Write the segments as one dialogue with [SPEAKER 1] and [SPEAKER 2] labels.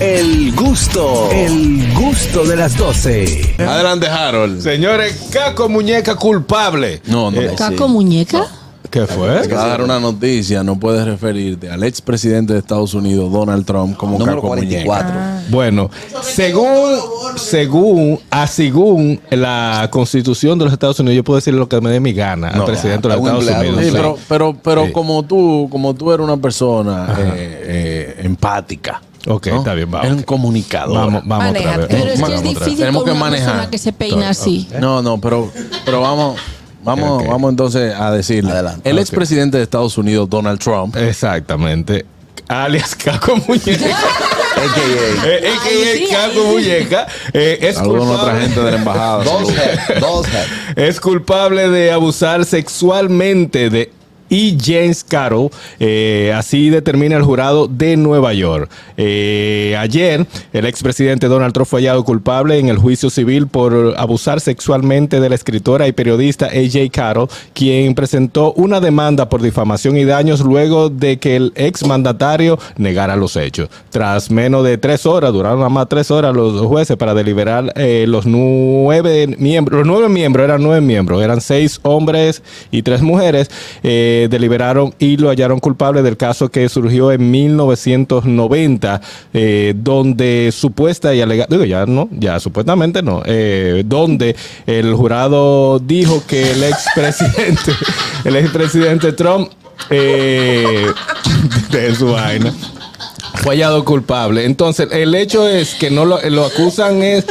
[SPEAKER 1] El gusto, el gusto de las 12.
[SPEAKER 2] Adelante, Harold.
[SPEAKER 3] Señores, Caco Muñeca culpable.
[SPEAKER 2] No, no,
[SPEAKER 3] Eh,
[SPEAKER 2] no.
[SPEAKER 4] ¿Caco muñeca?
[SPEAKER 3] ¿Qué fue?
[SPEAKER 2] Te voy a dar una noticia. No puedes referirte al expresidente de Estados Unidos, Donald Trump, como Ah.
[SPEAKER 5] Número
[SPEAKER 2] Caco Muñeca.
[SPEAKER 5] 44.
[SPEAKER 3] Bueno, según, según, a según la constitución de los Estados Unidos, yo puedo decir lo que me dé mi gana al
[SPEAKER 2] No,
[SPEAKER 3] presidente de
[SPEAKER 5] a
[SPEAKER 3] los
[SPEAKER 5] un
[SPEAKER 3] Estados
[SPEAKER 5] empleado,
[SPEAKER 3] Unidos.
[SPEAKER 2] Sí, pero, pero, pero
[SPEAKER 3] Sí.
[SPEAKER 2] como tú, como tú eres una persona eh, eh, empática.
[SPEAKER 3] Ok, está bien, vamos.
[SPEAKER 2] Es un comunicador.
[SPEAKER 3] Vamos, vamos otra
[SPEAKER 4] Maneja,
[SPEAKER 3] vez.
[SPEAKER 4] pero es
[SPEAKER 3] Vamos
[SPEAKER 4] que es
[SPEAKER 3] otra vez.
[SPEAKER 4] difícil
[SPEAKER 2] Tenemos
[SPEAKER 4] con
[SPEAKER 2] que
[SPEAKER 4] una persona
[SPEAKER 2] manejar.
[SPEAKER 4] que se peina así.
[SPEAKER 2] Eh. No, no, pero, pero vamos, vamos,
[SPEAKER 3] Ok.
[SPEAKER 2] vamos entonces a decirle.
[SPEAKER 5] Adelante.
[SPEAKER 2] El
[SPEAKER 3] Ok.
[SPEAKER 2] expresidente de Estados Unidos, Donald Trump.
[SPEAKER 3] Exactamente. Alias Caco Muñeca.
[SPEAKER 5] AKA.
[SPEAKER 3] Eh, eh, que
[SPEAKER 4] Ay, sí,
[SPEAKER 3] el Caco
[SPEAKER 4] ay.
[SPEAKER 3] Muñeca eh, es
[SPEAKER 2] Saludos a otra
[SPEAKER 3] culpable-
[SPEAKER 2] gente de la embajada.
[SPEAKER 5] Dos
[SPEAKER 2] Saludos.
[SPEAKER 5] head, dos head.
[SPEAKER 3] es culpable de abusar sexualmente de E. James Carroll, eh, así determina el jurado de Nueva York. Eh, ayer, el expresidente Donald Trump fue hallado culpable en el juicio civil por abusar sexualmente de la escritora y periodista A.J. Carroll, quien presentó una demanda por difamación y daños luego de que el exmandatario negara los hechos. Tras menos de tres horas, duraron nada más tres horas los jueces para deliberar eh, los nueve miembros. Los nueve miembros eran nueve miembros, eran seis hombres y tres mujeres. eh, deliberaron y lo hallaron culpable del caso que surgió en 1990, eh, donde supuesta y alegada, digo ya no, ya supuestamente no, eh, donde el jurado dijo que el expresidente, el expresidente Trump, eh, de su vaina fue hallado culpable. Entonces, el hecho es que no lo, lo acusan es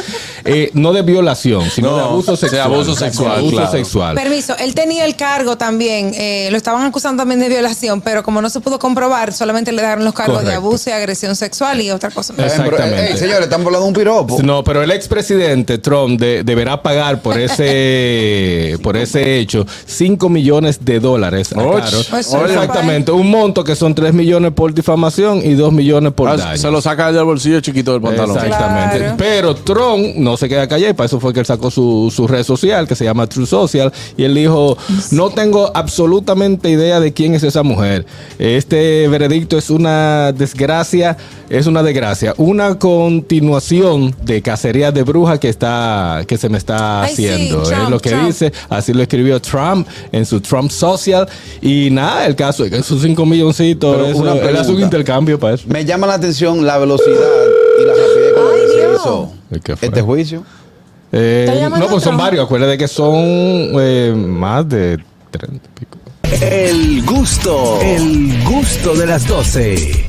[SPEAKER 3] eh, no de violación, sino
[SPEAKER 2] No,
[SPEAKER 3] de abuso
[SPEAKER 2] de
[SPEAKER 3] sexual.
[SPEAKER 2] abuso sexual,
[SPEAKER 3] Abuso
[SPEAKER 2] claro.
[SPEAKER 3] sexual.
[SPEAKER 6] Permiso, él tenía el cargo también, eh, lo estaban acusando también de violación, pero como no se pudo comprobar, solamente le dejaron los cargos de
[SPEAKER 3] Correcto.
[SPEAKER 6] abuso y agresión sexual y otra cosa. más.
[SPEAKER 3] Es- Exactamente.
[SPEAKER 5] Eh, ey, señores, están volando un piropo.
[SPEAKER 3] No, pero el expresidente Trump de- deberá pagar por ese por ese hecho 5 millones de dólares. a
[SPEAKER 2] Och.
[SPEAKER 3] Caro.
[SPEAKER 6] Pues sí,
[SPEAKER 3] Exactamente, un monto que son 3 millones por difamación y 2 millones por
[SPEAKER 2] Ah,
[SPEAKER 3] daño.
[SPEAKER 2] Se lo saca del bolsillo chiquito del pantalón.
[SPEAKER 3] Exactamente.
[SPEAKER 6] Claro.
[SPEAKER 3] Pero Trump no se queda callado y para eso fue que él sacó su, su red social que se llama True Social y él dijo, no tengo absolutamente idea de quién es esa mujer. Este veredicto es una desgracia, es una desgracia, una continuación de cacerías de brujas que está que se me está
[SPEAKER 6] Ay, sí,
[SPEAKER 3] haciendo. es
[SPEAKER 6] Trump,
[SPEAKER 3] lo que
[SPEAKER 6] Trump.
[SPEAKER 3] dice dice, así lo escribió Trump en su Trump Social. Y nada, el caso es que esos 5 milloncitos,
[SPEAKER 5] Pero
[SPEAKER 3] eso,
[SPEAKER 5] una
[SPEAKER 3] él hace un
[SPEAKER 5] pregunta.
[SPEAKER 3] intercambio para eso.
[SPEAKER 5] Me llama la atención la velocidad y la rapidez con la que se hizo
[SPEAKER 3] ¿Qué fue?
[SPEAKER 5] este juicio.
[SPEAKER 3] Eh,
[SPEAKER 4] Está llamando
[SPEAKER 3] no, pues son
[SPEAKER 4] Trump.
[SPEAKER 3] varios. Acuérdate que son eh, más de 30 y pico.
[SPEAKER 1] El gusto, el gusto de las 12.